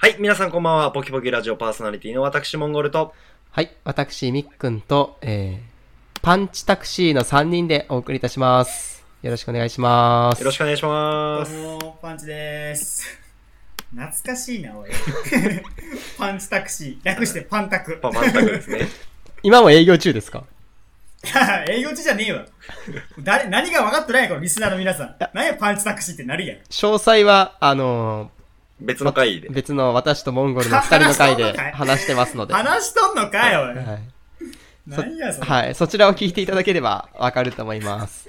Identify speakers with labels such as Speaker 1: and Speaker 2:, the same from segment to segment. Speaker 1: はい、皆さんこんばんは。ポキポキラジオパーソナリティの私、モンゴルと。
Speaker 2: はい、私、みっくんと、えー、パンチタクシーの3人でお送りいたします。よろしくお願いします。
Speaker 1: よろしくお願いしま
Speaker 3: ど
Speaker 1: す。
Speaker 3: うもパンチです。懐かしいな、おい。パンチタクシー。略してパンタク。
Speaker 1: パパンタクですね。
Speaker 2: 今も営業中ですか
Speaker 3: 営業中じゃねえわ。誰、何が分かってないか、このリスナーの皆さん。何やパンチタクシーってなるやん。
Speaker 2: 詳細は、あの
Speaker 1: 別
Speaker 2: ー
Speaker 1: の回で。
Speaker 2: 別の私とモンゴルの2人の 回
Speaker 3: 話
Speaker 2: で
Speaker 3: しとんのかい
Speaker 2: 話してますので。
Speaker 3: 話しとんのかよ、おい。
Speaker 2: はい。
Speaker 3: 何や、それ。
Speaker 2: はい、そちらを聞いていただければわかると思います。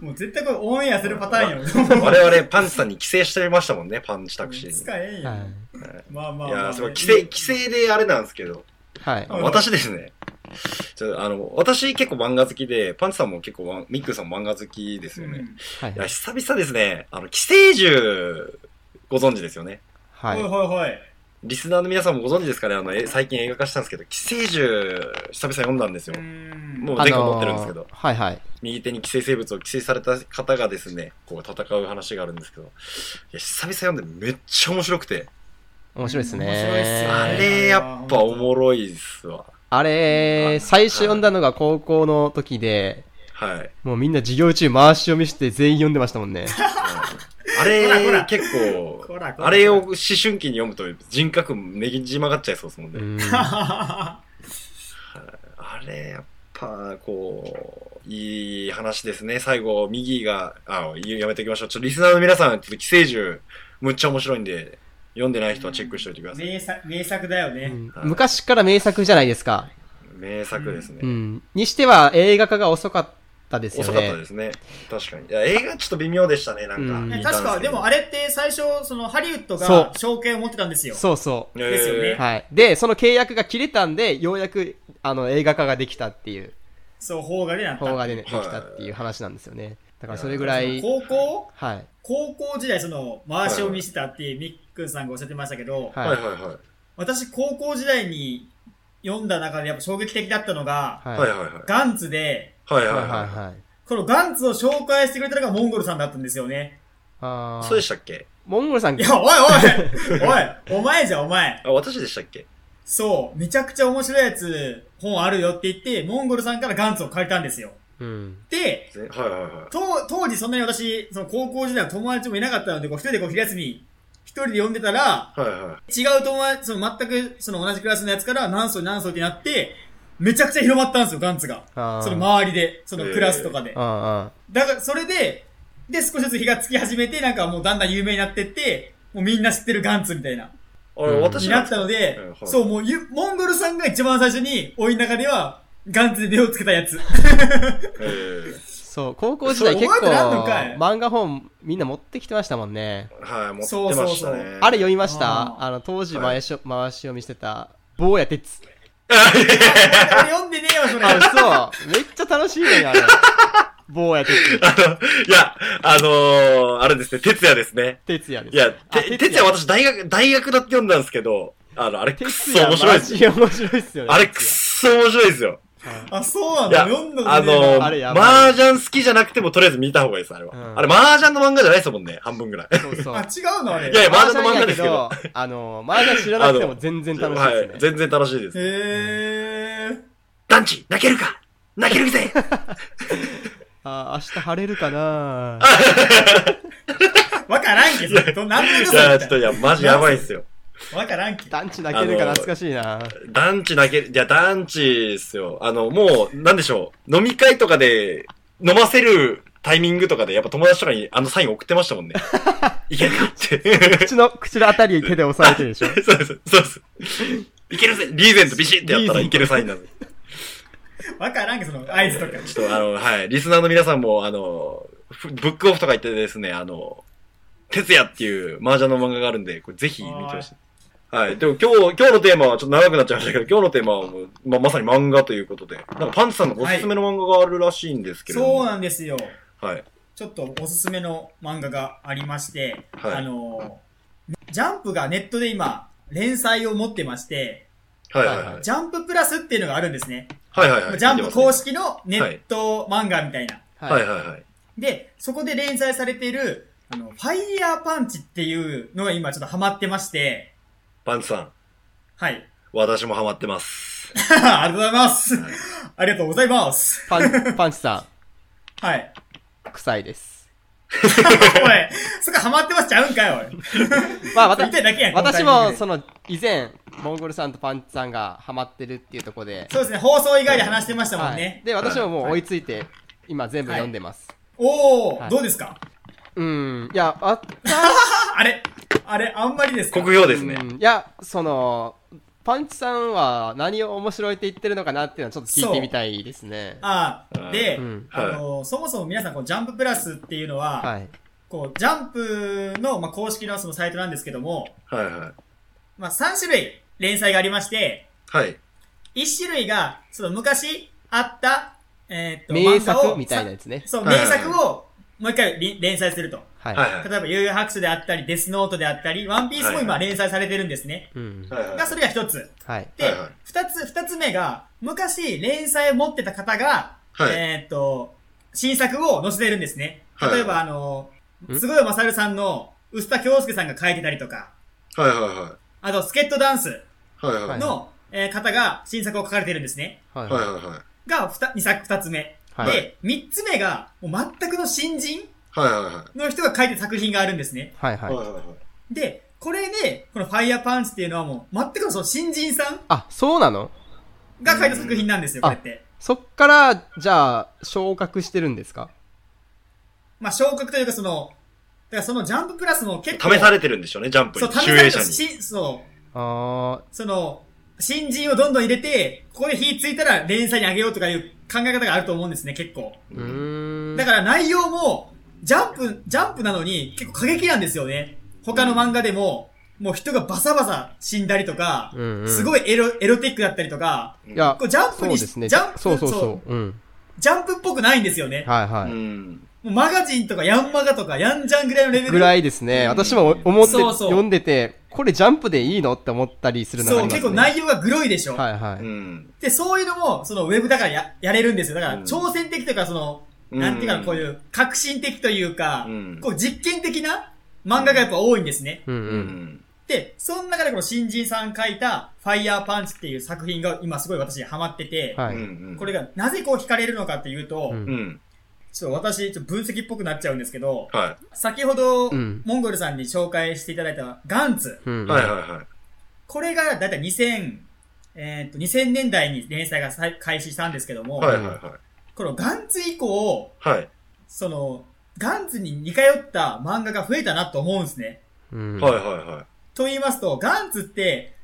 Speaker 3: もう絶対これオンエアするパターンよ。もう
Speaker 1: 我々、パンチさんに帰省してみましたもんね、パンチタクシー
Speaker 3: い
Speaker 1: に。
Speaker 3: つ
Speaker 1: い
Speaker 3: かええよ。
Speaker 2: はい。
Speaker 3: まあまあま
Speaker 1: や
Speaker 3: あ。
Speaker 1: ー、すごい、帰省、帰省であれなんですけど、
Speaker 2: はい
Speaker 1: あ。
Speaker 3: うん
Speaker 1: 私ですね。ちょあの、私結構漫画好きで、パンチさんも結構ワン、ミックさんも漫画好きですよ
Speaker 3: う
Speaker 1: ね。
Speaker 3: ん
Speaker 2: はいい
Speaker 1: や、。久々ですね、あの、寄生獣、ご存知ですよね。
Speaker 2: は
Speaker 3: ほい
Speaker 2: い。
Speaker 3: ほいほい。
Speaker 1: リスナーの皆さんもご存知ですかねあの、え最近映画化したんですけど、寄生獣、久々読んだんです
Speaker 3: う
Speaker 1: よ。
Speaker 3: ん
Speaker 1: もう
Speaker 2: あ
Speaker 1: 前回持ってるんですけど
Speaker 2: のーはいはい。
Speaker 1: 右手に寄生生物を寄生された方がですね、こう戦う話があるんですけど、いや、久々読んでめっちゃ面白くて、
Speaker 2: 面白いですね。
Speaker 3: 面白いっすよ
Speaker 1: あ
Speaker 3: ね
Speaker 1: れやっぱおもろいっすわ。
Speaker 2: あれ
Speaker 1: あ
Speaker 2: 最初読んだのが高校の時で、
Speaker 1: はい。
Speaker 2: もうみんな授業中回し読みして全員読んでましたもんね。
Speaker 1: あれ
Speaker 3: ほらほら
Speaker 1: 結構
Speaker 3: ほらほ、ら
Speaker 1: あれを思春期に読むと人格ねじ曲がっちゃいそうですもん
Speaker 2: う
Speaker 1: ね。
Speaker 2: ん。
Speaker 1: あれやっぱ、こう、いい話ですね。最後、右が、あ、やめておきましょう。ちょっとリスナーの皆さん、ちょっと寄生獣、むっちゃ面白いんで、読んでない人はチェックしておいてください。
Speaker 3: 名作、名作だよ
Speaker 2: う
Speaker 3: ね。
Speaker 2: ん昔から名作じゃないですか。
Speaker 1: 名作ですね。
Speaker 2: うん。にしては映画化が遅かったですよ
Speaker 1: 遅
Speaker 2: ね。
Speaker 1: かったですね。確かに。いや、映画ちょっと微妙でしたね、なんか。
Speaker 2: うん
Speaker 3: ね確か、でもあ
Speaker 1: れ
Speaker 3: れって最初、そのハリウッド
Speaker 2: そ
Speaker 3: が
Speaker 2: う
Speaker 3: 証券を持ってたんですよ。
Speaker 2: そうそう。
Speaker 3: ですよね
Speaker 2: はい。で、その契約が切れたんで、ようやく、あの、映画化ができたっていう、
Speaker 3: そう、邦画でなった。
Speaker 2: 方がで、ね、で
Speaker 1: はい
Speaker 2: きたっていう話なんですよね。だからそれぐらい、
Speaker 3: 高校
Speaker 2: はい。
Speaker 3: 高校時代、その、回しを見せたって、みっくんさんがおっしゃってましたけど、
Speaker 1: はいは
Speaker 2: はい
Speaker 1: は
Speaker 3: 私、高校時代に読んだ中で、やっぱ衝撃的だったのが、
Speaker 2: い。
Speaker 1: い。はい
Speaker 2: はい。
Speaker 1: はいはい。
Speaker 3: ガンツで、
Speaker 1: はい
Speaker 2: は
Speaker 1: はい
Speaker 2: いはい
Speaker 1: は
Speaker 2: はい。
Speaker 3: このガンツを紹介してくれたのがモンゴルさんだったんですよね。
Speaker 2: あ
Speaker 1: い。
Speaker 2: ー
Speaker 1: そうでしたっけ
Speaker 2: モンゴルさん
Speaker 3: い、や、おいおいおいお前じゃんお前
Speaker 1: あ、私でしたっけ
Speaker 3: そう、めちゃくちゃ面白いやつ、本あるよって言って、モンゴルさんからガンツを借りたんですよ。
Speaker 2: うん。
Speaker 3: で、
Speaker 1: ぜはいはいは
Speaker 3: 当当時そんなに私、その高校時代は友達もいなかったので、こう一人でこう昼休み、一人で読んでたら、
Speaker 1: い。はいはい。
Speaker 3: 違う友達、その全くその同じクラスのやつから何層に何層ってなって、めちゃくちゃ広まったんですよ、ガンツが。
Speaker 2: あー
Speaker 3: その周りで、そのクラスとかで。
Speaker 2: あ
Speaker 3: だから、それで、で、少しずつ火がつき始めて、なんかもうだんだん有名になってって、もうみんな知ってるガンツみたいな、
Speaker 1: あれ、
Speaker 2: うん
Speaker 1: 私
Speaker 3: に
Speaker 1: な
Speaker 3: なん
Speaker 1: で
Speaker 3: っ
Speaker 1: す
Speaker 3: た
Speaker 1: か
Speaker 3: ので
Speaker 1: うんはい、
Speaker 3: そう、もうゆ、モンゴルさんが一番最初に、おいの中では、ガンツで手をつけたや
Speaker 1: え
Speaker 3: つ。
Speaker 1: ー
Speaker 2: あ。そう、高校時代
Speaker 3: そ
Speaker 2: 結
Speaker 3: れ
Speaker 2: 構
Speaker 3: 覚えてらんのかい、
Speaker 2: 漫画本みんな持ってきてましたもんね。
Speaker 1: はい、持
Speaker 3: そ
Speaker 1: っ
Speaker 3: う
Speaker 1: て
Speaker 3: そ
Speaker 1: ま
Speaker 3: う
Speaker 1: した
Speaker 3: そ
Speaker 1: ね
Speaker 3: う。
Speaker 2: あれ読みました
Speaker 3: あ
Speaker 2: あ
Speaker 3: ー
Speaker 2: の、当時回し、回し読みしてた、坊 や鉄。
Speaker 3: 俺読んでねえわ、それ。
Speaker 2: あ、そう。めっちゃ楽しい のに、あれ。坊や鉄。
Speaker 1: いや、あのー、あれですね、哲也ですね。
Speaker 2: 鉄也です。
Speaker 1: いや、
Speaker 2: あ
Speaker 1: て哲也。私大学、大学だって読んだんですけど、あの、あれくっそ
Speaker 2: 鉄也
Speaker 1: 面
Speaker 2: 面
Speaker 1: 白
Speaker 2: 白
Speaker 1: い
Speaker 2: い
Speaker 1: です。
Speaker 2: 面白いっすよね。
Speaker 1: あれくっ
Speaker 2: 鉄
Speaker 1: そ面白いですよ。
Speaker 2: 也はい
Speaker 3: あ、そう
Speaker 1: いや
Speaker 3: なの読んだ
Speaker 1: あ
Speaker 3: ことねえ
Speaker 1: の
Speaker 3: な
Speaker 2: あれやばい
Speaker 1: 麻雀好きじゃなくてもとりあえず見た方がいいです、あれは。
Speaker 2: うん
Speaker 1: あれ、麻雀の漫画じゃないですもんね、半分ぐらい。
Speaker 2: そうそう。
Speaker 3: あ、違うのあれ。
Speaker 1: いやいや麻雀の漫
Speaker 2: や
Speaker 1: 画ですけど、
Speaker 2: あの、麻雀知らなくても全然楽しい
Speaker 1: は
Speaker 2: で
Speaker 1: い、
Speaker 2: すね。
Speaker 1: 全然楽しいです。
Speaker 3: へー。
Speaker 1: ダンチ泣けるか泣ける ぜ
Speaker 2: あ、明日晴れるかな
Speaker 3: わからんけど、どなんで
Speaker 1: いや、ちょっ
Speaker 3: そ
Speaker 1: と、
Speaker 3: れ
Speaker 1: いや、マジやばいっすよ。
Speaker 3: わからんけど。
Speaker 2: 団地泣けるか懐かしいな
Speaker 1: ダンチ泣ける、いや、ダンチっすよ。あの、もう、なんでしょう。飲み会とかで、飲ませるタイミングとかで、やっぱ友達とかにあのサイン送ってましたもんね。 いけるかって。
Speaker 2: 口の、口のあたり手で押さえてるでしょ。
Speaker 1: そうです、そうです。いけるぜリーゼントビシッってやったらいけるサインなの。ち
Speaker 3: わからんけど、その合図とか。
Speaker 1: ょっとあの、はい。リスナーの皆さんも、あの、ふブックオフとか行ってですね、あの、哲也っていう麻雀の漫画があるんで、これぜひ見てほしい。はい。でも今日、今日のテーマはちょっと長くなっちゃいましたけど、今日のテーマはもう、まあ、まさに漫画ということで、なんかパンツさんのおすすめの漫画があるらしいんですけれども。
Speaker 3: そうなんですよ。
Speaker 1: はい。
Speaker 3: ちょっとおすすめの漫画がありまして、
Speaker 1: はい
Speaker 3: あのー、ジャンプがネットで今、連載を持ってまして、
Speaker 1: はいはいはい。
Speaker 3: ジャンププラスっていうのがあるんですね。
Speaker 1: はいはいはい。
Speaker 3: ジャンプ公
Speaker 1: 見て
Speaker 3: 式のネット漫画みたいな。
Speaker 1: ますね。はいはいはい。
Speaker 3: で、そこで連載されている、あの、ファイヤーパンチっていうのが今ちょっとハマってまして、
Speaker 1: パンツさん、
Speaker 3: はい。
Speaker 1: 私もハマってます。
Speaker 3: ありがとうございます。
Speaker 1: はい
Speaker 3: ありがとうございます。
Speaker 2: パン、パンチさ
Speaker 3: はい。
Speaker 2: ん、臭いです。
Speaker 3: おい、そこハマってますちゃうんかい、おい。
Speaker 2: まあ、また
Speaker 3: 言いたいだけや ん
Speaker 2: 私
Speaker 3: このタイミング
Speaker 2: も、
Speaker 3: で
Speaker 2: その、以前、モンゴルさんとパンチさんがハマってるっていうところで、
Speaker 3: そうですね、放送以外で話してましたもん
Speaker 2: はい
Speaker 3: ね。。
Speaker 2: で、私ももう追いついて、今全部読んでます。
Speaker 3: おー、
Speaker 2: はい
Speaker 3: どうですか
Speaker 2: うん、いや、あ、
Speaker 3: あれあれ、あんまりですか
Speaker 1: 国評ですね。
Speaker 2: うんいや、その、パンチさんは何を面白いって言ってるのかなっていうのはちょっと聞いてみたいですね。
Speaker 3: ああ、で、
Speaker 2: うん
Speaker 3: あのそもそも皆さん、こうジャンププラスっていうのは、
Speaker 2: はい。
Speaker 3: こう、ジャンプの、まあ、公式のそのサイトなんですけども、
Speaker 1: はいはい。
Speaker 3: まあ、3種類連載がありまして、
Speaker 1: はい。
Speaker 3: 1種類が、その昔あった、えーっと、
Speaker 2: 名
Speaker 3: 漫画を
Speaker 2: 作みたいなやつね
Speaker 3: さ。そう、
Speaker 1: は
Speaker 3: 名
Speaker 1: い
Speaker 3: 作をもう一回り連載すると。
Speaker 2: はい。
Speaker 1: はい
Speaker 3: 例
Speaker 1: は
Speaker 3: えば、悠々白書であったり、デスノートであったり、ワンピースも今
Speaker 1: はい
Speaker 3: 連載されてるんですね。
Speaker 2: うん
Speaker 1: い。。はいはい
Speaker 3: が、それが一つ。
Speaker 2: はい。
Speaker 3: で、二、
Speaker 1: はいはい
Speaker 3: つ、二つ目が、昔連載を持ってた方が、
Speaker 1: はい
Speaker 3: えーっと、新作を載せてるんですね。
Speaker 1: はい
Speaker 3: 例えば、あの、
Speaker 2: ん
Speaker 3: すごいまさるさんの、臼田京介さんが書いてたりとか、
Speaker 1: はいは
Speaker 3: あと、スケットダンス
Speaker 1: いはい。はいはいはい。
Speaker 3: の、えー方が新作を書かれてるんですね。
Speaker 2: はい。
Speaker 1: はい
Speaker 2: は
Speaker 1: はいはい。
Speaker 3: が二、二作、二つ目。
Speaker 2: い。はい。
Speaker 3: で、三つ目が、もう全くの新人
Speaker 1: はいはいはい。
Speaker 3: の人が書いてる作品があるんですね。
Speaker 2: はい。
Speaker 1: はい
Speaker 2: はい。
Speaker 1: はいはい。
Speaker 3: で、これで、このファイヤーパンチっていうのはもう、全くのその新人さん
Speaker 2: あ、そうなの
Speaker 3: が書いた作品なんですよ、
Speaker 2: うん
Speaker 3: これって。
Speaker 2: そっから、じゃあ、昇格してるんですか
Speaker 3: まあ、昇格というかその、だからそのジャンププラスも結構、
Speaker 1: 試されてるんでしょうね、ジャンプ
Speaker 3: そう、
Speaker 1: に。
Speaker 3: 試さ
Speaker 1: 集
Speaker 3: れ
Speaker 1: 英
Speaker 3: た
Speaker 1: 者に。
Speaker 3: し、そう、
Speaker 2: あ
Speaker 3: その、新人をどんどん入れて、ここで火ついたら連載にあげようとかいう考え方があると思うんですね、結構。
Speaker 2: ー。うーん。
Speaker 3: だから内容も、ジャンプ、ジャンプなのに結構過激なんですよね。他の漫画でも、もう人がバサバサ死んだりとか、
Speaker 2: うんうん
Speaker 3: すごいエロ、エロティックだったりとか、
Speaker 2: いや
Speaker 3: こう、ジャンプ
Speaker 2: そう
Speaker 3: に、
Speaker 2: ですね。
Speaker 3: ジャンプ、
Speaker 2: そうそうそう。うん。
Speaker 3: ジャンプっぽくないんですよね。
Speaker 2: はいうは
Speaker 1: ん。
Speaker 3: もうマガジンとかヤンマガとかヤンジャンぐらいのレベ
Speaker 2: い。
Speaker 3: ル。
Speaker 2: ぐら
Speaker 3: い。
Speaker 2: いですね。私も思って、
Speaker 3: そうそう
Speaker 2: 読んでて、これジャンプでいいのって思ったりするのが
Speaker 3: そ
Speaker 2: あ
Speaker 3: う、
Speaker 2: りますね
Speaker 3: 結構内容がグロいでしょ。
Speaker 2: はいは
Speaker 1: う
Speaker 2: い。
Speaker 1: ん。
Speaker 3: で、そういうのも、そのウェブだからや、やれるんですよ。だから、
Speaker 1: うん
Speaker 3: 挑戦的というか、その、
Speaker 1: うん
Speaker 3: なんていうかな、こういう、革新的というか、
Speaker 1: うん
Speaker 3: こう、実験的な漫画がやっぱ多いんですね。
Speaker 2: うん
Speaker 1: う
Speaker 2: うん。
Speaker 1: ん。
Speaker 3: で、その中でこの新人さん書いた、ファイヤーパンチっていう作品が今すごい私ハマってて、
Speaker 1: う
Speaker 2: はい。
Speaker 1: ん。
Speaker 3: これがなぜこう惹かれるのかっていうと、
Speaker 1: う
Speaker 2: うん
Speaker 1: ん。
Speaker 3: ちょっと私、ちょっと分析っぽくなっちゃうんですけど、
Speaker 1: は
Speaker 3: 先ほど、
Speaker 2: うん
Speaker 3: モンゴルさんに紹介していただいたガンツ。
Speaker 2: うん。
Speaker 1: い。はいはいはい。
Speaker 3: これがだいたい2000、えーっと、2000年代に連載がさ開始したんですけども、
Speaker 1: はいはいは
Speaker 3: このガンツ以降、
Speaker 1: い。はい。
Speaker 3: その、ガンツに似通った漫画が増えたなと思うんですね。
Speaker 2: うん。
Speaker 1: はいはいはい。
Speaker 3: と言いますと、ガンツって、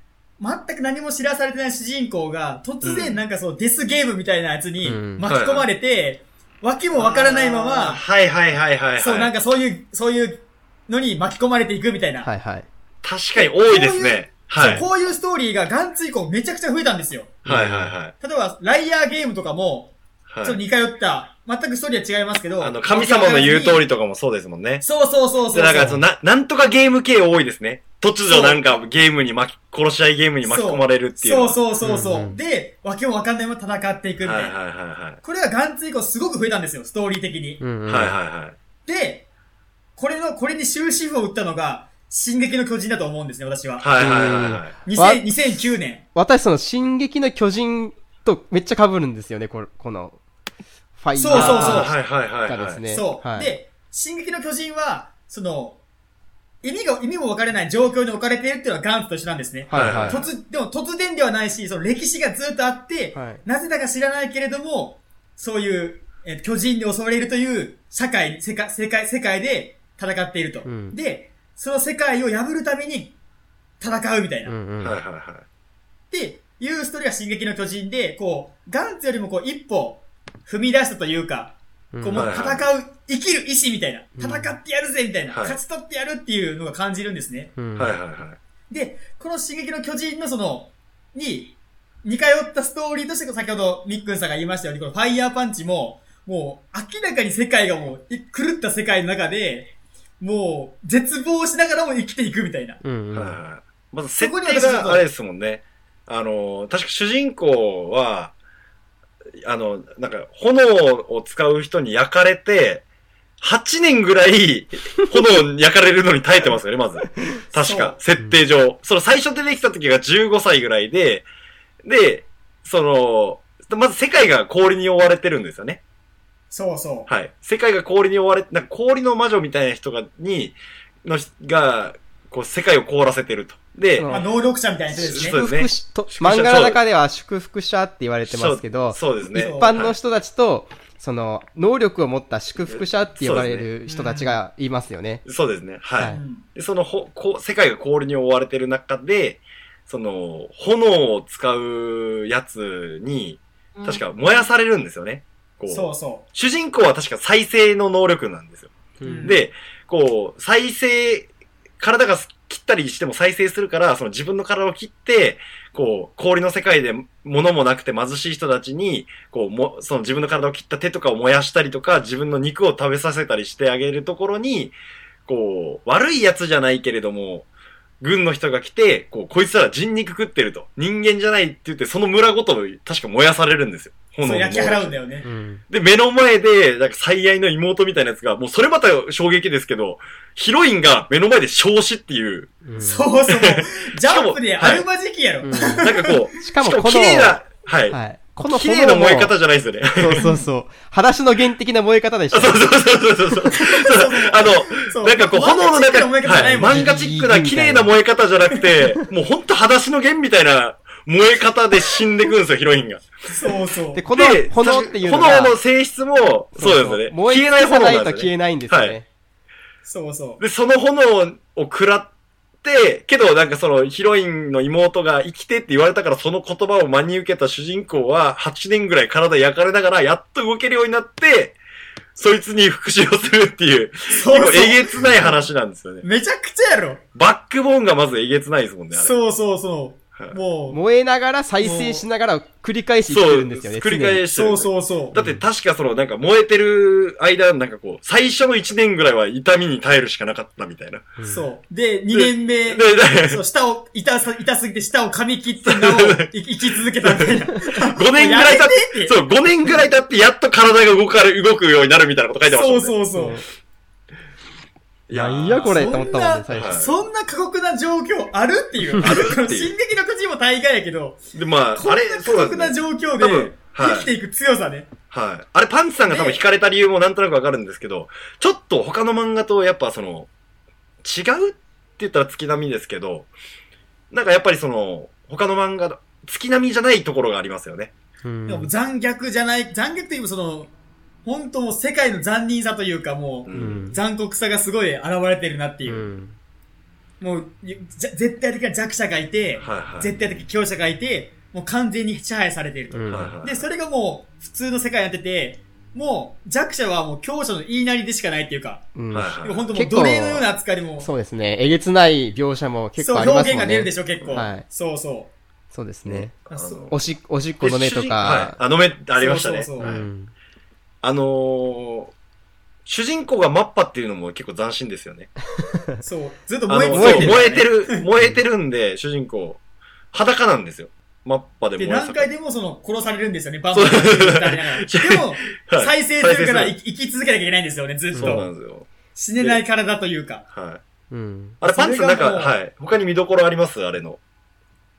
Speaker 3: 全く何も知らされてない主人公が、突
Speaker 1: う
Speaker 3: 然
Speaker 1: ん
Speaker 3: なんかそのデスゲームみたいなやつに
Speaker 2: うん
Speaker 3: 巻き込まれて、訳もわからないま
Speaker 1: あー
Speaker 3: ま、
Speaker 1: はいはいはいはいはい。
Speaker 3: そうなんかそういう、そういうのに巻き込まれていくみたいな。
Speaker 2: はいはい。
Speaker 1: 確かに多いですね。はい。
Speaker 3: そうこういうストーリーがガンツ以降めちゃくちゃ増えたんですよ。
Speaker 1: はいはいはい。
Speaker 3: 例えば、ライアーゲームとかも、ちょっ
Speaker 1: は
Speaker 3: と
Speaker 1: い
Speaker 3: 似通った、全くストーリーは違いますけど。
Speaker 1: あの、神様の言う通
Speaker 3: り。
Speaker 1: りとかもそうですもんね。
Speaker 3: そうそうそうそう。
Speaker 1: で、だからその、な、なんとかゲーム系多いですね。突
Speaker 3: そ
Speaker 1: 如
Speaker 3: う
Speaker 1: なんかゲームに巻き、殺し合いゲームに巻き込まれるっていうの
Speaker 3: そ
Speaker 1: は。
Speaker 3: うそうそうそう。
Speaker 2: うんうん
Speaker 3: で、わけもわかんないまま戦っていくみた
Speaker 1: はいい
Speaker 3: な。
Speaker 1: はいはいはい。
Speaker 3: これがガンツ以降すごく増えたんですよ、ストーリー的に。
Speaker 2: うんうん。
Speaker 1: はいはいはい。
Speaker 3: で、これの、これに終止符を打ったのが、進撃の巨人だと思うんですね、私は。
Speaker 1: はいはいはいはい。
Speaker 3: 2000 2009年。
Speaker 2: 私その、進撃の巨人とめっちゃ被るんですよね、この、この、ファイヤ
Speaker 3: そうそうそう
Speaker 1: あー
Speaker 2: ー
Speaker 1: はいはいはい
Speaker 2: が
Speaker 1: は
Speaker 2: です
Speaker 1: い。
Speaker 2: ね。
Speaker 3: そう、
Speaker 2: はい、
Speaker 3: で、進撃の巨人は、その、意味が、意味も分かれない状況に置かれているっていうのはガンツと一緒なんですね。
Speaker 2: はいはい。
Speaker 1: 突
Speaker 3: 突、でも突然ではないし、その歴史がずっとあって、
Speaker 2: はい
Speaker 3: なぜだか知らないけれども、そういう、えー巨人に襲われるという社会、世界、世界、世界で戦っていると。
Speaker 2: うん
Speaker 3: で、その世界を破るために戦うみたいな。
Speaker 2: うんうん。
Speaker 1: はい
Speaker 2: はい
Speaker 1: はいは
Speaker 3: っていうストーリーが進撃の巨人で、こう、ガンツよりもこう一歩踏み出したというか、こうもう
Speaker 1: はい
Speaker 3: 戦、
Speaker 1: はいう
Speaker 3: 生きる意志みたいな、戦ってやるぜみたいな、
Speaker 1: はい
Speaker 3: 勝ち取ってやるっていうのが感じるんですね。
Speaker 2: うん
Speaker 1: い。はいはいはい。
Speaker 3: で、この進撃の巨人のその、に、似通ったストーリーとして、先ほどみっくんさんが言いましたように、このファイヤーパンチも、もう明らかに世界がもうい狂った世界の中で、もう絶望しながらも生きていくみたいな。
Speaker 2: うんうん。
Speaker 1: はい
Speaker 2: は
Speaker 1: はいまず
Speaker 3: そこに
Speaker 1: 設定
Speaker 3: 私ちょっと
Speaker 1: があれですもんね。あの、確か主人公は、あの、なんか、炎を使う人に焼かれて、 8年ぐらい、炎に焼かれるのに耐えてますよね、まず。確か、設定上。その最初出てきた時が15歳ぐらいで、で、その、まず世界が氷に覆われてるんですよね。
Speaker 3: そうそう。
Speaker 1: はい。世界が氷に覆われ、なんか氷の魔女みたいな人が、に、のし、が、こう、世界を凍らせてると。で、
Speaker 2: うん
Speaker 3: まあ、能力者みたいな人です
Speaker 1: そう
Speaker 2: 祝
Speaker 3: ね。
Speaker 1: ですね
Speaker 2: 福し、と
Speaker 1: 祝福者
Speaker 2: 漫画の中では祝福者って言われてますけど、
Speaker 1: そうそうですね。
Speaker 3: 一
Speaker 2: 一般
Speaker 1: は
Speaker 2: の
Speaker 1: い
Speaker 2: 人たちと、その、能力を持った祝福者って呼ばれる人たちがいますよね。
Speaker 1: そうですね。はい。
Speaker 2: はい
Speaker 3: うん
Speaker 1: でそのほこう、世界が氷に覆われてる中で、その、炎を使うやつに、確か燃やされるんですよね。こう
Speaker 3: そうそ
Speaker 1: 主人公は確か再生の能力なんですよ。
Speaker 3: うん
Speaker 2: うん
Speaker 1: で、こう、再生、体が切ったりしても再生するから、その自分の体を切って、こう、氷の世界で物もなくて貧しい人たちに、こう、も、その自分の体を切った手とかを燃やしたりとか、自分の肉を食べさせたりしてあげるところに、こう、悪いやつじゃないけれども、軍の人が来て、こう、こいつら人肉食ってると。人間じゃないって言って、その村ごと確か燃やされるんですよ。
Speaker 3: う。
Speaker 1: 炎
Speaker 3: そう、
Speaker 1: に
Speaker 3: 焼き
Speaker 1: 燃や
Speaker 3: 払
Speaker 1: し
Speaker 3: うんだよね
Speaker 2: う。ん。
Speaker 1: で、目の前で、なんか最愛の妹みたいなやつが、もうそれまた衝撃ですけど、ヒロインが目の前で焼死っていう、
Speaker 2: うん
Speaker 3: そうそう。 ジャンプで
Speaker 1: しかもはい
Speaker 3: あるまじきやろ。
Speaker 2: うん
Speaker 1: なんかこう、
Speaker 2: しかも、こ
Speaker 1: 綺麗
Speaker 2: の、
Speaker 1: な、はい。
Speaker 2: はい。この
Speaker 1: 綺麗な
Speaker 2: 炎も
Speaker 1: 燃え方じゃないですよね。
Speaker 2: そうそうそう。裸足の原的な燃え方でし
Speaker 1: そう
Speaker 2: た。
Speaker 1: そうそうそうそう。あの、
Speaker 3: そ
Speaker 1: なんかこう、炎の中、
Speaker 3: 漫画チックな思い方じゃないもん
Speaker 1: はい、漫画チックな綺麗な燃え方じゃなくて、もうほんと裸足の弦みたいな燃え方で死んでくんですよ、ヒロインが。
Speaker 3: そうそう
Speaker 2: で、。この
Speaker 1: で
Speaker 2: 炎っていうのが、
Speaker 1: 炎の性質も、そうですよね。
Speaker 2: 燃
Speaker 1: 消え
Speaker 2: え尽
Speaker 1: ない
Speaker 2: きさ
Speaker 1: 炎な
Speaker 2: なんい
Speaker 1: ですよ
Speaker 2: と
Speaker 1: ね
Speaker 2: 消えないんですよね。
Speaker 3: そうそう。
Speaker 1: で、その炎を食らって、けどなんかそのヒロインの妹が生きてって言われたからその言葉を真に受けた主人公は8年ぐらい体焼かれながらやっと動けるようになって、そいつに復讐をするっていう、
Speaker 3: そうそう。
Speaker 1: えげつない話なんですよね。
Speaker 3: めちゃくちゃやろ。
Speaker 1: バックボーンがまずえげつないですもんね、あれ。
Speaker 3: そうそうそう。
Speaker 1: はい
Speaker 3: もう、
Speaker 2: 燃えながら再生しながら繰り返し生き
Speaker 1: そ
Speaker 2: て
Speaker 1: う、
Speaker 2: るんですよね。
Speaker 1: 繰り返してる
Speaker 3: そうそうそう
Speaker 1: だ。って確かそのなんか燃えてる間、なんかこう、最初の1年ぐらいは痛みに耐えるしかなかったみたいな。
Speaker 2: 常にうん
Speaker 3: そう。で、2年目
Speaker 1: で、で
Speaker 3: そう、舌を、痛さ、痛すぎて舌を噛み切って、なお、い生き続けたみたいな。
Speaker 1: 5年ぐらい経
Speaker 3: やめて
Speaker 1: って、
Speaker 3: って
Speaker 1: そう、5年ぐらい経って、やっと体が動かれ、動くようになるみたいなこと書いてました
Speaker 3: そ
Speaker 1: もん
Speaker 3: う
Speaker 1: ね。
Speaker 3: そう
Speaker 2: そ
Speaker 3: そうう。。
Speaker 2: いや、いいや、これ、
Speaker 3: そん
Speaker 2: と
Speaker 3: な
Speaker 2: 思ったもんね、最
Speaker 1: はい
Speaker 2: 初。
Speaker 3: そんな過酷な状況あるっていう。ある
Speaker 1: っていう
Speaker 3: 進撃の口も大概やけど、
Speaker 1: で、まあ、
Speaker 3: こん
Speaker 1: あ
Speaker 3: な
Speaker 1: れ、
Speaker 3: 過
Speaker 1: そう
Speaker 3: 酷
Speaker 1: なん
Speaker 3: な
Speaker 1: ですね。
Speaker 3: 状況
Speaker 1: 多分
Speaker 3: で、
Speaker 1: はい
Speaker 3: 生きていく強さね。
Speaker 1: はい。あれ、パンツさんが多分惹かれた理由もなんとなくわかるんですけど、ちょっと他の漫画とやっぱその、違うって言ったら月並みですけど、なんかやっぱりその、他の漫画の、月並みじゃないところがありますよね。
Speaker 2: うん
Speaker 3: でも残虐じゃない、残虐というかその、本当もう世界の残忍さというかも
Speaker 1: う
Speaker 3: う、
Speaker 2: うんん。
Speaker 3: 残酷さがすごい現れてるなって
Speaker 2: う
Speaker 3: いう。
Speaker 2: ん
Speaker 3: もう、じゃ絶対的な弱者がいて、
Speaker 1: はいはい。
Speaker 3: 絶対的強者がいて、もう完全に支配されていると。
Speaker 2: うん
Speaker 1: はいはい
Speaker 3: で、それがもう、普通の世界になってて、もう、弱者はもう強者の言いなりでしかないっていうか、
Speaker 2: うん
Speaker 1: はいはい
Speaker 3: 本当もう
Speaker 2: 結構
Speaker 3: 奴隷のような扱いでも、
Speaker 2: そうですね。えげつない描写も結
Speaker 3: そう、
Speaker 2: 構あり
Speaker 3: 表
Speaker 2: ます
Speaker 3: 現
Speaker 2: も
Speaker 3: が
Speaker 2: ん
Speaker 3: 出る
Speaker 2: ね
Speaker 3: で。しょ、結構。
Speaker 2: はい
Speaker 3: そうそ
Speaker 2: そうですね。
Speaker 3: う。あそう
Speaker 1: あの
Speaker 2: おし、おしっこの目と
Speaker 1: で主人はい
Speaker 2: か。。
Speaker 1: あの目、ありましたね。
Speaker 3: そうそううそ
Speaker 2: ん。
Speaker 1: あのー、主人公がマッパっていうのも結構斬新ですよね。
Speaker 3: そう。ずっと
Speaker 1: あ
Speaker 3: 燃え
Speaker 1: の、
Speaker 3: 続
Speaker 1: そう
Speaker 3: けてる、
Speaker 1: 燃えて。る、燃えてるんで、主人公、裸なんですよ。マッパで
Speaker 3: で、
Speaker 1: 燃や
Speaker 3: 何
Speaker 1: さ
Speaker 3: 回
Speaker 1: れ
Speaker 3: でもその、殺されるんですよね、バンバン殺されるみたいな。 でも、
Speaker 1: はい
Speaker 3: 再生するから
Speaker 1: 再
Speaker 3: 生き生き続けなきゃいけないんですよね、ずっ
Speaker 1: そうなん
Speaker 3: と。
Speaker 1: ですよ。
Speaker 3: 死ねない体というか。
Speaker 1: はい。
Speaker 2: うん。
Speaker 1: あれ、パンツ
Speaker 3: それ
Speaker 1: な
Speaker 3: が
Speaker 1: んか、
Speaker 3: もう
Speaker 1: はい。他に見どころありますあれの。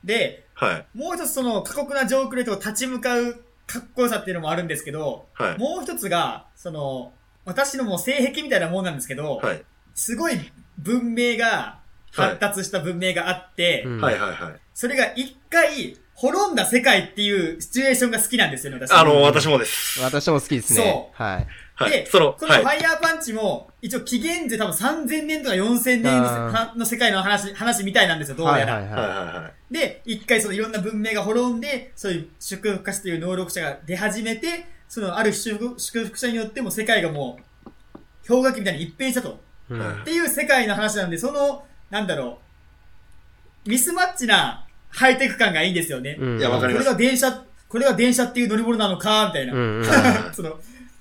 Speaker 3: で、
Speaker 1: はい。
Speaker 3: もう一つその、過酷な状況で立ち向かうかっこよさっていうのもあるんですけど、
Speaker 1: はい。
Speaker 3: もう一つが、その、私のもう性癖みたいなもんなんですけど、
Speaker 1: はい。
Speaker 3: すごい文明が、発達した文明があって、
Speaker 2: うん
Speaker 1: はいはいはい。
Speaker 3: それが一回、滅んだ世界っていうシチュエーションが好きなんですよね、私。
Speaker 1: あの、私もです。
Speaker 2: 私も好きですね。
Speaker 3: そ
Speaker 2: はい。
Speaker 1: は
Speaker 3: で
Speaker 1: い。、その、
Speaker 3: このフ
Speaker 1: はい。
Speaker 3: ァイヤーパンチも、一応紀元で多分3000年とか4000年の
Speaker 2: あー
Speaker 3: はの世界の話、話みたいなんですよ、どう
Speaker 2: は
Speaker 3: や
Speaker 2: い
Speaker 3: ら。
Speaker 2: はい
Speaker 1: はい
Speaker 2: は
Speaker 1: はいはい。
Speaker 3: で、一回そのいろんな文明が滅んで、そういう祝福化師という能力者が出始めて、そのある祝福祝福者によっても世界がもう、氷河期みたいに一変したと。
Speaker 2: い。うん
Speaker 1: はい
Speaker 3: っていう世界の話なんで、その、なんだろう、ミスマッチなハイテク感がいいんですよね。
Speaker 2: うん
Speaker 1: いやわかります
Speaker 3: これが電車、これが電車っていう乗り物なのか、みたいな。
Speaker 2: うんうん
Speaker 1: はい
Speaker 3: その、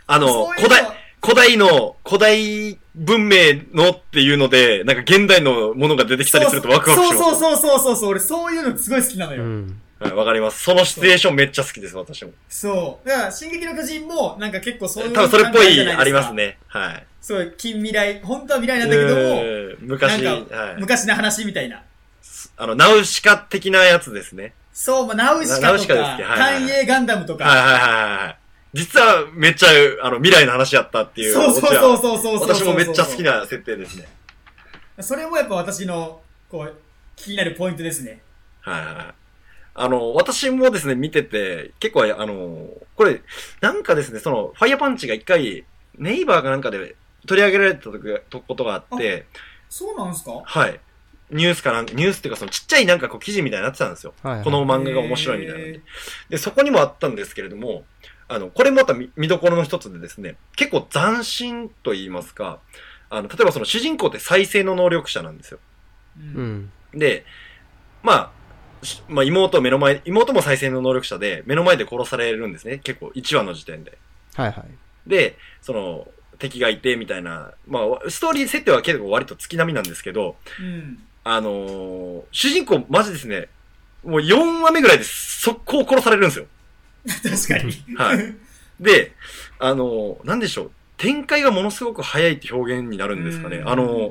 Speaker 1: あの
Speaker 3: そう、
Speaker 1: 古
Speaker 3: いうの
Speaker 1: 代、古代の、古代文明のっていうので、なんか現代のものが出てきたりするとワクワクします。
Speaker 3: そうそうそうそうそうそう、俺そういうのすごい好きなの
Speaker 2: う
Speaker 3: よ。
Speaker 2: ん。
Speaker 1: はい、わかります。そのシチュエーションめっちゃ好きです、私も。
Speaker 3: そう。だから、進撃の巨人も、なんか結構そういう
Speaker 1: 多分それっぽ
Speaker 3: 感じじゃ
Speaker 1: い
Speaker 3: ないですか
Speaker 1: あります。ね。はい。
Speaker 3: そう、近未来、本当は未来なんだけども、
Speaker 1: うーん昔、
Speaker 3: なんか、
Speaker 1: はい。
Speaker 3: 昔の話みたいな。
Speaker 1: あの、ナウシカ的なやつですね。
Speaker 3: そう、まあ、ナウシカとか、
Speaker 1: ナウシカですっけはいはいはい
Speaker 3: 単影ガンダムとか、
Speaker 1: はいはいはいはい。実はめっちゃ、あの、未来の話やったっていう。
Speaker 3: そうそうそうそうそうそうそう
Speaker 1: 私もめっちゃ好きな設定ですね。
Speaker 3: それもやっぱ私の、こう、気になるポイントですね。
Speaker 1: はいはいはい。あの、私もですね、見てて、結構、あの、これ、なんかですね、その、ファイヤーパンチが一回、ネイバーかなんかで取り上げられたとことことがあって、
Speaker 3: そうなんですか
Speaker 1: はい。ニュースかなんか、ニュースっていうか、そのちっちゃいなんかこう記事みたいになってたんですよ。
Speaker 2: はいはい
Speaker 1: この漫画が面白いみたいなの
Speaker 3: へ
Speaker 1: で。で、そこにもあったんですけれども、あの、これもまた見見どころの一つでですね、結構斬新と言いますか、あの、例えばその主人公って再生の能力者なんですよ。
Speaker 3: う。
Speaker 2: うんん。
Speaker 1: で、まあ、しまあ、妹を目の前、妹も再生の能力者で、目の前で殺されるんですね。結構、1話の時点で。
Speaker 2: はいはい。
Speaker 1: で、その、敵がいて、みたいな、まあ、ストーリー設定は結構割と月並みなんですけど、
Speaker 3: うん。
Speaker 1: あのー主人公、マジですね、もう4話目ぐらいで速攻殺されるんですよ。
Speaker 3: 確かに。
Speaker 1: はい。で、あのーなんでしょう。展開がものすごく早いって表現になるんですかね。
Speaker 3: うん
Speaker 1: あの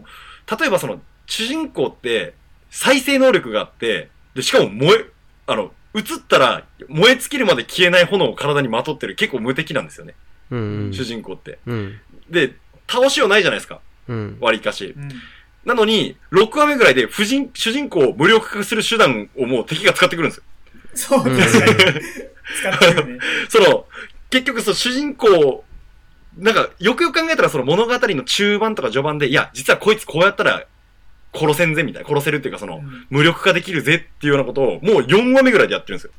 Speaker 1: ー例えばその、主人公って、再生能力があって、で、しかも燃え、あの、映ったら燃え尽きるまで消えない炎を体にまとってる結構無敵なんですよね。
Speaker 2: うんうん。
Speaker 1: 主人公って。
Speaker 2: うん。
Speaker 1: で、倒しようないじゃないですか。
Speaker 2: うん。
Speaker 1: 割りかし。
Speaker 3: うん。
Speaker 1: なのに、6話目ぐらいで婦人、主人公を無力化する手段をもう敵が使ってくるんですよ
Speaker 3: そう、
Speaker 2: うん
Speaker 3: 確かに。使ってるね。
Speaker 1: その、結局その主人公、なんか、よくよく考えたらその物語の中盤とか序盤で、いや、実はこいつこうやったら殺せんぜみたいな、殺せるっていうか そうの、
Speaker 3: ん
Speaker 1: 無力化できるぜっていうようなことを、もう4話目ぐらいでやってるんですよ。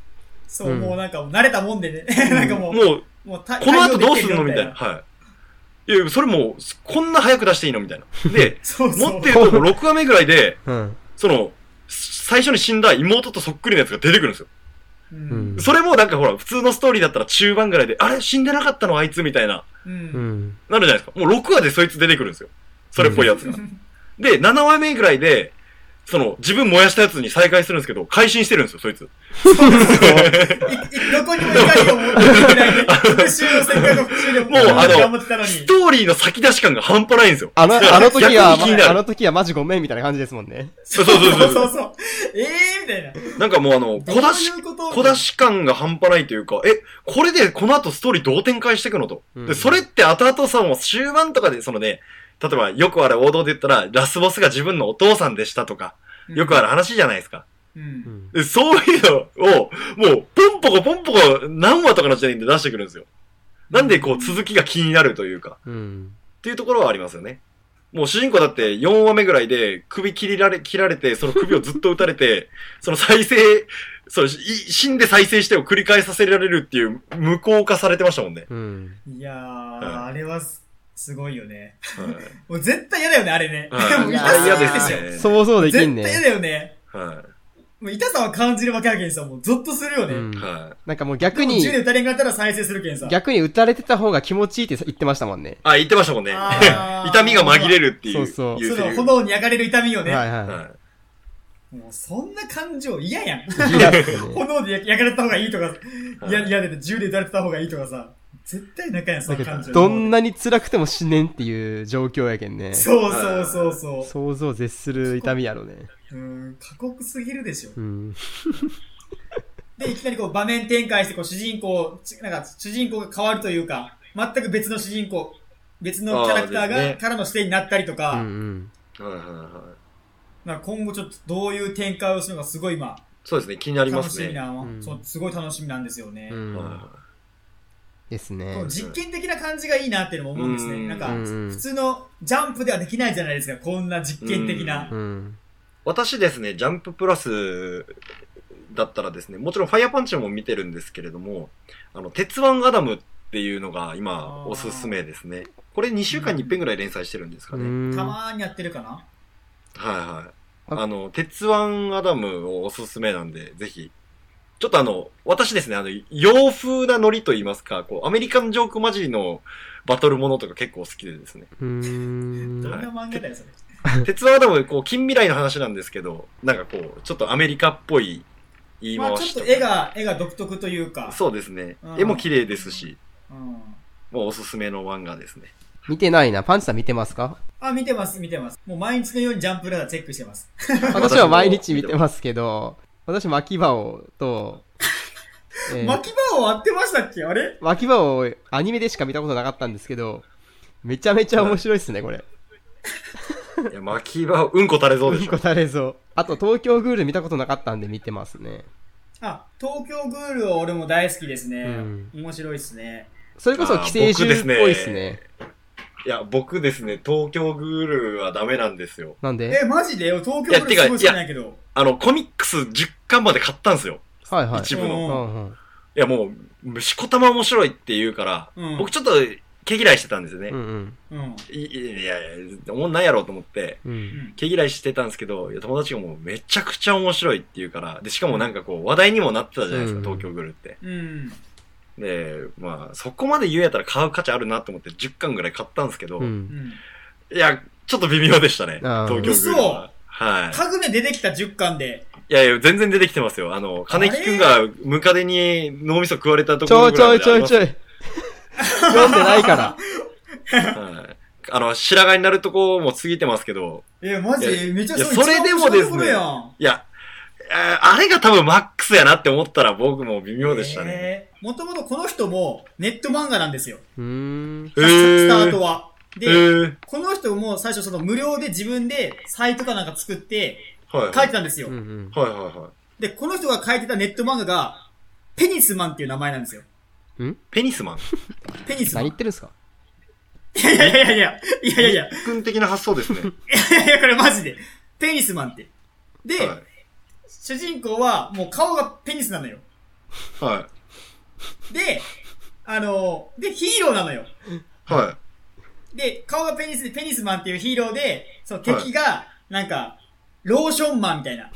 Speaker 3: そう、
Speaker 2: うん
Speaker 3: もうなんかもう慣れたもんでね。 なんかもう、
Speaker 1: もう、
Speaker 3: もうた
Speaker 1: この後どうするのみたい。
Speaker 3: 対応でき
Speaker 1: な。
Speaker 3: る、
Speaker 1: はい。いや、それもう、こんな早く出していいのみたいな。で
Speaker 3: そう そう。
Speaker 1: もっと言うと、6話目ぐらいで、
Speaker 2: うん。
Speaker 1: その、最初に死んだ妹とそっくりなやつが出てくるんですよ。
Speaker 3: う
Speaker 2: うん
Speaker 3: ん。
Speaker 1: それもなんかほら、普通のストーリーだったら中盤ぐらいで、あれ死んでなかったのあいつみたいな。
Speaker 3: う。
Speaker 2: うんん。
Speaker 1: なるじゃないですか。もう6話でそいつ出てくるんですよ。それっぽいやつが。 で、7話目ぐらいで、その、自分燃やしたやつに再会するんですけど、改心してるんですよ、そいつ。
Speaker 3: いいどこにも怒りを持ってないで、復讐のせっかく復讐でも、
Speaker 1: もうあの
Speaker 3: 頑張ってたのに。
Speaker 1: ストーリーの先出し感が半端ないんですよ。
Speaker 2: あ の、あの時は、
Speaker 1: 逆に気にな
Speaker 2: ま
Speaker 1: る
Speaker 2: あの時はマジごめんみたいな感じですもんね。
Speaker 1: そうそうそう
Speaker 3: そ
Speaker 1: そう
Speaker 3: そうええー、みたいな。
Speaker 1: なんかもうあの、小出し
Speaker 3: どういう、こと
Speaker 1: 小出。し感が半端ないというか、え、これでこの後ストーリーどう展開していくのと。
Speaker 2: うん
Speaker 1: で、それって後々さ、もう終盤とかで、そのね、例えばよくある王道で言ったら、ラスボスが自分のお父さんでしたとか、よくあ
Speaker 3: る。
Speaker 1: る話じゃないですか。
Speaker 3: うん
Speaker 2: うん。
Speaker 1: でそういうのを、もう、ポンポコポンポコ何話とかの時点で出してくるんですよ。なんでこう続きが気になるというか、
Speaker 2: うん。
Speaker 1: っていうところはありますよね。もう主人公だって4話目ぐらいで首切りられ、切られて、その首をずっと打たれて、 その再生、そのい死んで再生してを繰り返させられるっていう無効化されてましたもんね。
Speaker 2: うん。
Speaker 3: いや
Speaker 1: は
Speaker 3: ー、あれはすすごいよね。
Speaker 1: はい。
Speaker 3: もう絶対嫌だよね、あれね。
Speaker 1: はい
Speaker 3: もう
Speaker 2: いや
Speaker 3: 痛
Speaker 2: ー
Speaker 3: すぎるでし
Speaker 1: 嫌
Speaker 3: ょ。
Speaker 1: ですね。
Speaker 2: 想像できん
Speaker 3: 絶対
Speaker 2: ね。
Speaker 3: 嫌だよね。
Speaker 1: は
Speaker 3: もう痛さは感じるわけやけんさ、もうゾッとするよね。
Speaker 2: うん
Speaker 1: い。はい。
Speaker 2: なんかもう
Speaker 3: で
Speaker 2: 逆
Speaker 3: も
Speaker 2: に、
Speaker 3: 銃で撃たれんかったら再生するけんさ。
Speaker 2: 逆に打たれてた方が気持ちいいって言ってましたもんね。
Speaker 1: あ、言ってましたもんね。
Speaker 3: あ ー
Speaker 1: 痛みが紛れるっていう。
Speaker 2: そうそう
Speaker 1: い
Speaker 3: そ
Speaker 1: セリフ
Speaker 3: の炎に焼かれる痛みをね。
Speaker 2: はいは
Speaker 1: はい
Speaker 3: もうそんな感情嫌やん。
Speaker 2: い。嫌っすね。
Speaker 3: 炎で焼焼かれた方がいいとか、
Speaker 1: はい
Speaker 3: いや、嫌で銃で撃たれてた方がいいとかさ。絶対仲やん、その感情。
Speaker 2: どんなに辛くても死ねんっていう状況やけんね。
Speaker 3: そうそうそうそう。
Speaker 2: 想像を絶する痛みやろね。
Speaker 3: うーん、過酷すぎるでしょ。
Speaker 2: うん。
Speaker 3: で、いきなりこう場面展開して、こう主人公、ちなんか主人公が変わるというか、全く別の主人公、別のキャラクター
Speaker 1: あ
Speaker 3: が、
Speaker 1: ーですね
Speaker 3: からの視点になったりと
Speaker 2: うんう
Speaker 3: か、
Speaker 2: ん。
Speaker 1: はいはいはい。
Speaker 3: なんか今後ちょっとどういう展開をするのかすごい今、
Speaker 1: そうですね、気になりま
Speaker 3: 楽
Speaker 1: す
Speaker 3: しみ
Speaker 1: ね。
Speaker 3: な、
Speaker 2: うん
Speaker 3: そうすごい楽しみなんですよね。
Speaker 2: うん
Speaker 1: はい
Speaker 2: ですね
Speaker 3: こ。の実験的な感じがいいなっていうのも思うんです
Speaker 1: う
Speaker 3: ね。
Speaker 1: ん
Speaker 3: なんか、
Speaker 2: うんうん
Speaker 3: 普通のジャンプではできないじゃないですか、こんな実験的な。
Speaker 2: うん。
Speaker 1: 私ですね、ジャンププラスだったらですね、もちろんファイヤーパンチも見てるんですけれども、あの、鉄腕アダムっていうのが今
Speaker 3: あー
Speaker 1: おすすめですね。これ2週間に1遍ぐらい連載してるんですか
Speaker 2: う
Speaker 1: ね。
Speaker 2: ん
Speaker 3: たまーにやってるかな
Speaker 1: はいはい。
Speaker 2: あ
Speaker 1: あの、鉄腕アダムをおすすめなんで、ぜひ。ちょっとあの、私ですね、あの、洋風なノリと言いますか、こう、アメリカンジョーク混じりのバトルものとか結構好きでです ね。
Speaker 2: う
Speaker 3: どん
Speaker 2: ん
Speaker 3: な漫画だよ、それ。
Speaker 1: 鉄腕アダム、こう、近未来の話なんですけど、なんかこう、ちょっとアメリカっぽい言い
Speaker 3: まあ
Speaker 1: 回
Speaker 3: ち
Speaker 1: し
Speaker 3: ょ
Speaker 1: と
Speaker 3: っ
Speaker 1: か。
Speaker 3: と絵が、絵が独特というか。
Speaker 1: そうですね
Speaker 3: う。ん
Speaker 1: 絵も綺麗ですし、
Speaker 3: うん。
Speaker 1: もうおすすめの漫画ですね。
Speaker 2: 見てないな。パンチさん見てますか
Speaker 3: あ、見てます、見てます。もう毎日のようにジャンプラダーチェックしてます。
Speaker 2: 私は毎日見てますけど、私、巻き場をと、えー
Speaker 3: 巻き場を割ってましたっけあれ
Speaker 2: 巻き場をアニメでしか見たことなかったんですけど、めちゃめちゃ面白いっすね、これ。
Speaker 1: いや、巻き場、うんこ垂れそう
Speaker 2: う
Speaker 1: で
Speaker 2: ん
Speaker 1: しょ
Speaker 2: こ。垂れそう。あと、東京グール見たことなかったんで見てますね。
Speaker 3: あ、東京グールは俺も大好きですね。
Speaker 2: うん
Speaker 3: 面白いですね。
Speaker 2: それこそ
Speaker 1: あー
Speaker 2: 寄生獣っぽいっす
Speaker 1: 僕で
Speaker 2: ね。
Speaker 1: いや、僕ですね、東京グールはダメなんですよ。
Speaker 2: なんで
Speaker 3: え、マジで東京グ
Speaker 1: いや
Speaker 3: ールすごい好き
Speaker 1: てか
Speaker 3: なんやけど。
Speaker 1: あの、コミックス10巻まで買ったんですよ。
Speaker 2: はいはい。
Speaker 1: 一部
Speaker 2: う
Speaker 1: の。
Speaker 3: の
Speaker 2: んうん
Speaker 1: いや、もう、しこたま面白いって言うから、
Speaker 3: うん
Speaker 1: 僕ちょっと毛嫌いしてたんですよね。
Speaker 2: うん
Speaker 3: うん。
Speaker 1: いいやいや、おもんないやろうと思って、
Speaker 2: うん。う
Speaker 3: うんん
Speaker 1: 毛嫌いしてたんですけど、いや友達がもうめちゃくちゃ面白いって言うから、で、しかもなんかこう話題にもなってたじゃないですか、
Speaker 2: うん
Speaker 1: 東京グールって。
Speaker 3: うん。
Speaker 1: で、まあ、そこまで言うんやったら買う価値あるなと思って10巻ぐらい買ったんですけど、
Speaker 2: う。
Speaker 3: うんん。
Speaker 1: いや、ちょっと微妙でしたね、
Speaker 2: あー
Speaker 1: 東京グールは。はい。
Speaker 3: かぐめ出てきた10巻で。
Speaker 1: いやいや、全然出てきてますよ。あの、金木くんがムカデに脳みそ食われたと
Speaker 2: ち
Speaker 1: ころ
Speaker 2: ょい
Speaker 1: ぐ
Speaker 2: ち
Speaker 1: ら
Speaker 2: ょ
Speaker 1: い
Speaker 2: いちょいちょ
Speaker 1: い。
Speaker 2: い。読んでないから。
Speaker 1: はいあの、白髪になるとこも過ぎてますけど、
Speaker 3: え、マジ
Speaker 1: いや
Speaker 3: めちゃ
Speaker 1: いや
Speaker 3: 一番
Speaker 1: それでもですね
Speaker 3: 面白いところやん
Speaker 1: いや、あーあれが多分マックスやなって思ったら僕も微妙でしたね。
Speaker 3: えーもともとこの人もネット漫画なんですよ。
Speaker 2: うーん。
Speaker 1: え
Speaker 3: スタートは。
Speaker 1: え
Speaker 3: で、
Speaker 1: ー、
Speaker 3: この人も最初その無料で自分でサイトかなんか作って
Speaker 1: はい、
Speaker 3: 書
Speaker 1: はいい。
Speaker 3: てたんですよ。
Speaker 2: うんうん。
Speaker 1: はいはいはい。
Speaker 3: で、この人が書いてたネット漫画が、ペニスマンっていう名前なんですよ。
Speaker 1: ペニスマン。
Speaker 3: ペニスマ
Speaker 2: 何言
Speaker 3: ン。い
Speaker 2: ってるんですか
Speaker 3: やいやいやいや、いやいやいや、い
Speaker 1: 君的な発想ですね。
Speaker 3: やいや、これマジで。ペニスマンって。で、
Speaker 1: は
Speaker 3: 主人公はもう顔がペニスなのよ。
Speaker 1: い。は
Speaker 3: で、あのーで、ヒーローなのよ。
Speaker 1: い。は
Speaker 3: で、顔がペニスで、ペニスマンっていうヒーローで、その敵が、なんか、ローションマンみたいな。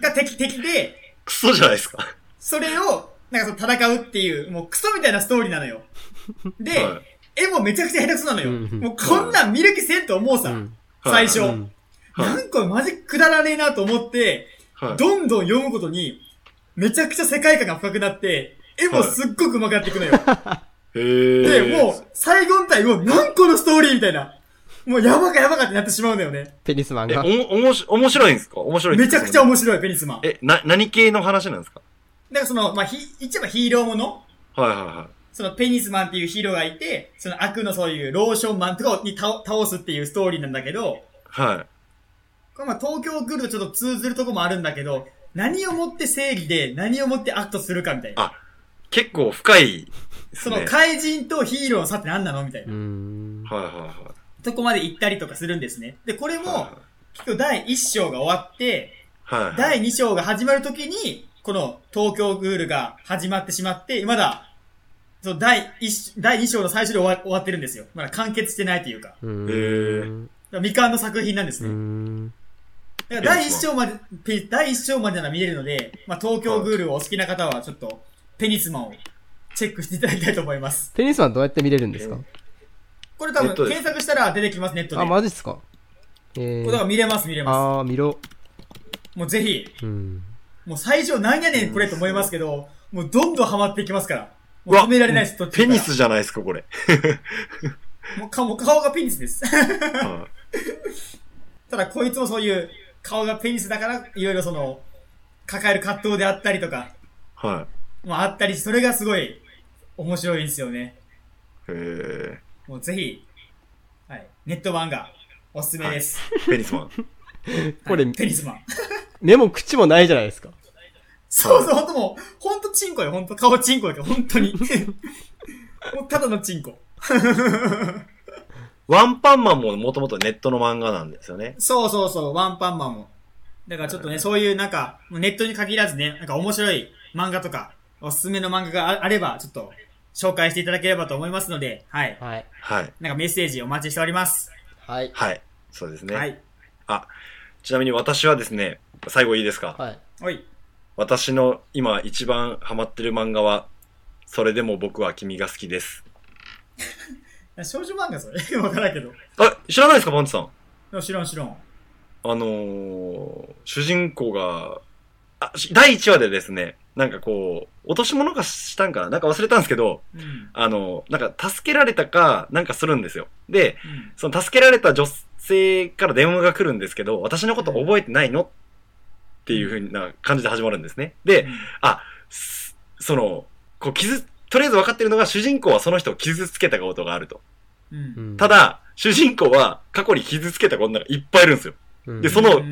Speaker 3: が敵、敵で
Speaker 1: い。、クソじゃないですか。
Speaker 3: それを、なんかその戦うっていう、もうクソみたいなストーリーな のよ。で、
Speaker 1: は
Speaker 3: 絵もめちゃくちゃ下手くそなのよ。
Speaker 2: うん
Speaker 3: もうこんなん見る気せんと思うさ、
Speaker 2: うん
Speaker 3: 最初。
Speaker 1: う
Speaker 2: うん
Speaker 1: はい
Speaker 3: なんかマジくだらねえなと思って、
Speaker 1: はい。
Speaker 3: どんどん読むことに、めちゃくちゃ世界観が深くなって、絵もすっごく上手くなっていくのよ。
Speaker 1: へー
Speaker 3: で、もう、最後の体を、なんこのストーリーみたいな。もう、やばかやばかってなってしまうんだよね。
Speaker 2: ペニスマン
Speaker 1: え、
Speaker 2: が。
Speaker 1: おも、おもし、面白いんですか面白いんで
Speaker 3: め
Speaker 1: す
Speaker 3: ち
Speaker 1: か
Speaker 3: ゃくちゃ面白い、ペニスマン。
Speaker 1: え、な、何系の話なんですか
Speaker 3: なんかその、まあ、ひ、一番ヒーローもの
Speaker 1: はいはいはい。
Speaker 3: そのペニスマンっていうヒーローがいて、その悪のそういうローションマンとかに倒倒すっていうストーリーなんだけど、
Speaker 1: はい。
Speaker 3: これまあ東京来るとちょっと通ずるとこもあるんだけど、何をもって正義で何をもって悪とするかみたいな。
Speaker 1: あ結構深いです
Speaker 3: そ
Speaker 1: ね。
Speaker 3: の怪人とヒーローの差って何なのみたいうな。
Speaker 2: ん。
Speaker 1: はいはいはい。
Speaker 3: とこまで行ったりとかするんですね。で、これも
Speaker 1: は、
Speaker 3: きっと第1章が終わって、
Speaker 1: いはい。
Speaker 3: 第2章が始まるときに、この東京グールが始まってしまって、まだ、その第1、第2章の最初で終わ終わってるんですよ。まだ完結してないというか。だか
Speaker 2: うーん
Speaker 1: へー
Speaker 3: ら未完の作品なんです
Speaker 2: うー
Speaker 3: ね。
Speaker 2: ん。
Speaker 3: だから第1章まで、ペ第1章までなら見れるので、まあ、東京グールをお好きな方はちょっと、ペニスマンをチェックしていただきたいと思います。
Speaker 2: ペニスマンどうやって見れるんですか
Speaker 3: これ多
Speaker 1: ネ
Speaker 3: 分
Speaker 1: ットです
Speaker 3: 検索したら出てきます、ネットで。
Speaker 2: あ、マジっすかえ
Speaker 3: これだか
Speaker 2: ー。
Speaker 3: ら見れます、見れま
Speaker 2: あー、見ろ。
Speaker 3: す。もうぜひ、
Speaker 2: うん。
Speaker 3: もう最初なんやねんこれと思いますけど、もうどんどんハマっていきますから。
Speaker 1: う
Speaker 3: もう
Speaker 1: わ
Speaker 3: 止められないです、途中か
Speaker 1: ペ
Speaker 3: ら
Speaker 1: ニスじゃないですか、これ。
Speaker 3: もうかもう顔がペニスです。
Speaker 1: は
Speaker 3: ただこいつもそういう顔がペニスだから、いろいろその、抱える葛藤であったりとか、
Speaker 1: い。は
Speaker 3: もあったりし、それがすごい面白いんですよね。
Speaker 1: い。へー
Speaker 3: もうぜひ、はい、ネット漫画、おすすめです。
Speaker 1: ペニスマン。
Speaker 2: これ、
Speaker 3: ペニスマン。
Speaker 2: 目も口もないじゃないですか。
Speaker 3: そうそう、ほんともう、ほんとチンコよ、ほんと顔チンコよ、ほん とに。もうただのチンコ。
Speaker 1: ワンパンマンももともとネットの漫画なんですよね。
Speaker 3: そうそうそう、ワンパンマンも。だからちょっとね、そういうなんか、ネットに限らずね、なんか面白い漫画とか、おすすめの漫画がああれば、ちょっと、紹介していただければと思いますので、はい。
Speaker 2: はい。
Speaker 1: はい。
Speaker 3: なんかメッセージお待ちしております。
Speaker 2: はい。
Speaker 1: はい。そうですね。
Speaker 3: はい。
Speaker 1: ちなみに私はですね、最後いいですか、
Speaker 2: はい。
Speaker 3: おい。
Speaker 1: 私の今一番ハマってる漫画は、それでも僕は君が好きです。
Speaker 3: 少女漫画それ わからんけど。
Speaker 1: あ、知らないですか、パンチさん。
Speaker 3: でも知らん知らん。
Speaker 1: あのー、主人公があ、し第1話でですね、なんかこう、落とし物がしたんかななんか忘れたんですけど、
Speaker 3: うん。
Speaker 1: あの、なんか助けられたか、なんかするんですよ。で、その助けられた女性から電話が来るんですけど、私のこと覚えてないのっていうふうな感じで始まるんですね。で、すその、こう傷、とりあえず分かってるのが主人公はその人を傷つけたことがあると。
Speaker 3: うん。うん。
Speaker 2: うん
Speaker 1: た、だ、主人公は過去に傷つけた女がいっぱいいるんですよ。
Speaker 2: うん
Speaker 1: でその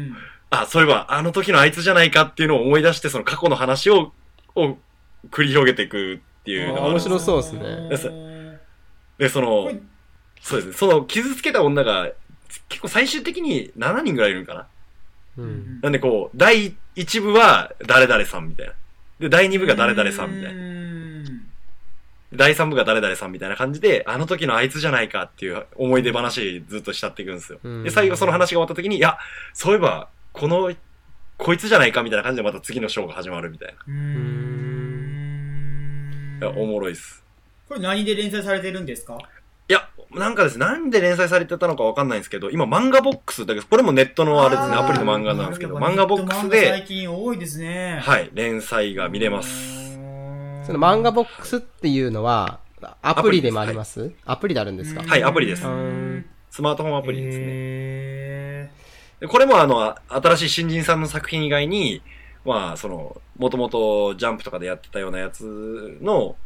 Speaker 1: あ、そういえばあの時のあいつじゃないかっていうのを思い出して、その過去の話を、を繰り広げていくっていうのがあるん
Speaker 2: 面
Speaker 1: です
Speaker 2: 白そうですね
Speaker 1: です
Speaker 3: ね。
Speaker 1: で、そ
Speaker 3: は
Speaker 1: の
Speaker 3: い、
Speaker 1: そうですね、その傷つけた女が結構最終的に7人ぐらいいるんかな。
Speaker 2: うん。
Speaker 1: なんでこう、第1部は誰々さんみたいな。で、第2部が誰々さんみたいな。
Speaker 3: な。
Speaker 1: 第3部が誰々さんみたいな感じで、あの時のあいつじゃないかっていう思い出話ずっと慕っていくんですよ。
Speaker 2: うん
Speaker 1: で、最後その話が終わった時に、いや、そういえば、この、こいつじゃないかみたいな感じでまた次のショーが始まるみたいな。
Speaker 3: う
Speaker 1: いや
Speaker 3: ーん。
Speaker 1: おもろいっす。
Speaker 3: これ何で連載されてるんですか
Speaker 1: いや、なんかですね、なんで連載されてたのかわかんないんですけど、今漫画ボックスだけど、これもネットのあれですね、
Speaker 3: ー
Speaker 1: アプリの漫画なんですけど、
Speaker 3: な
Speaker 1: 漫
Speaker 3: る
Speaker 1: 画
Speaker 3: ほ
Speaker 1: ボ
Speaker 3: ど
Speaker 1: ックス
Speaker 3: ネット漫画
Speaker 1: で
Speaker 3: 最、近多いですね。
Speaker 1: はい、連載が見れます。
Speaker 3: す
Speaker 2: その漫画
Speaker 3: ボ
Speaker 2: ボックスっていうのは、アプリでもありますアプ,、リであるんですか、
Speaker 1: はいアプリです
Speaker 2: うん
Speaker 1: スマートフォンア
Speaker 3: ア
Speaker 1: プリですね。
Speaker 3: ね。
Speaker 1: でこれもあの、あ新しい新人さんの作品以外に、まあ、その、もともとジャンプとかでやってたようなやつの、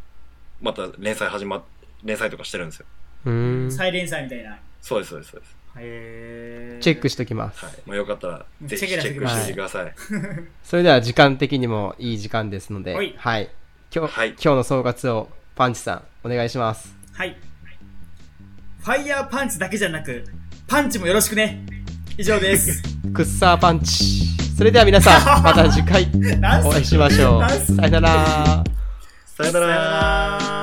Speaker 1: また連載始まっ、連載とかしてるんですよ。
Speaker 2: うん。チ
Speaker 3: 再連載みたいな。
Speaker 1: そうです、そうです、そうです。
Speaker 3: へー
Speaker 2: ェックしときます。
Speaker 1: はい。まあ、よかったら、ぜひ
Speaker 3: チ
Speaker 1: チ
Speaker 3: ェッ
Speaker 1: ェ
Speaker 3: クして
Speaker 1: ッ
Speaker 3: く
Speaker 1: ク
Speaker 3: だ
Speaker 1: し
Speaker 2: さい
Speaker 1: てみてください。
Speaker 2: それでは時間的にもいい時間ですので、
Speaker 3: はい
Speaker 2: 今日、
Speaker 1: はい
Speaker 2: 今日の総括をパンチさん、お願いします。
Speaker 3: はい。ファイヤーパンチだけじゃなく、パンチもよろしくね。以上です。
Speaker 2: クッサーパンチ。それでは皆さ ん、また次回
Speaker 3: 何す
Speaker 2: お会いしましょう。
Speaker 3: 何す
Speaker 2: さよなら。
Speaker 1: さよなら。
Speaker 3: ら